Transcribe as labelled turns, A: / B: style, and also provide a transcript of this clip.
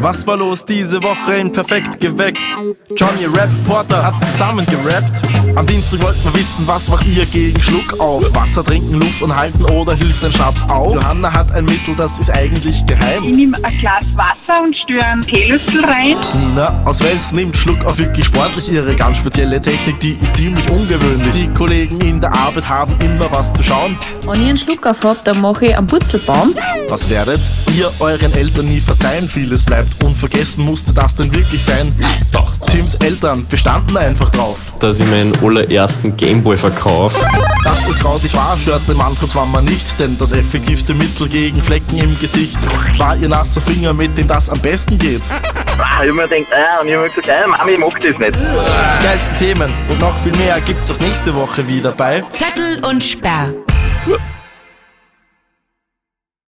A: Was war los diese Woche in Perfekt geweckt? Johnny Rap Porter hat zusammen gerappt. Am Dienstag wollten wir wissen, was macht ihr gegen Schluck auf? Wasser trinken, Luft anhalten oder hilft ein Schnaps auf? Johanna hat ein Mittel, das ist eigentlich
B: Ich
A: geheim.
B: nehme ein Glas Wasser und störe einen Teelöffel rein.
A: Nina aus Wels nimmt Schluck auf wirklich sportlich ihre ganz spezielle Technik, die ist ziemlich ungewöhnlich. Die Kollegen in der Arbeit haben immer was zu schauen.
C: Wenn ich einen Schluck auf hab, dann mache ich einen Purzelbaum.
A: Was werdet ihr euren Eltern nie verzeihen? Vieles bleibt unvergessen, musste das denn wirklich sein? Nein, doch. Tims Eltern bestanden einfach drauf.
D: dass ich meinen allerersten Gameboy verkaufe.
A: Dass es grausig war, störte Manfred Swammer nicht, denn das effektivste Mittel gegen Flecken im Gesicht war ihr nasser Finger, mit dem das am besten geht.
E: Ah, ich hab mir gedacht, ah, und ich hab mir gesagt, ah, Mami, ich mag das nicht.
A: Die geilsten Themen und noch viel mehr gibt's auch nächste Woche wieder bei
F: Zettel und Sperr.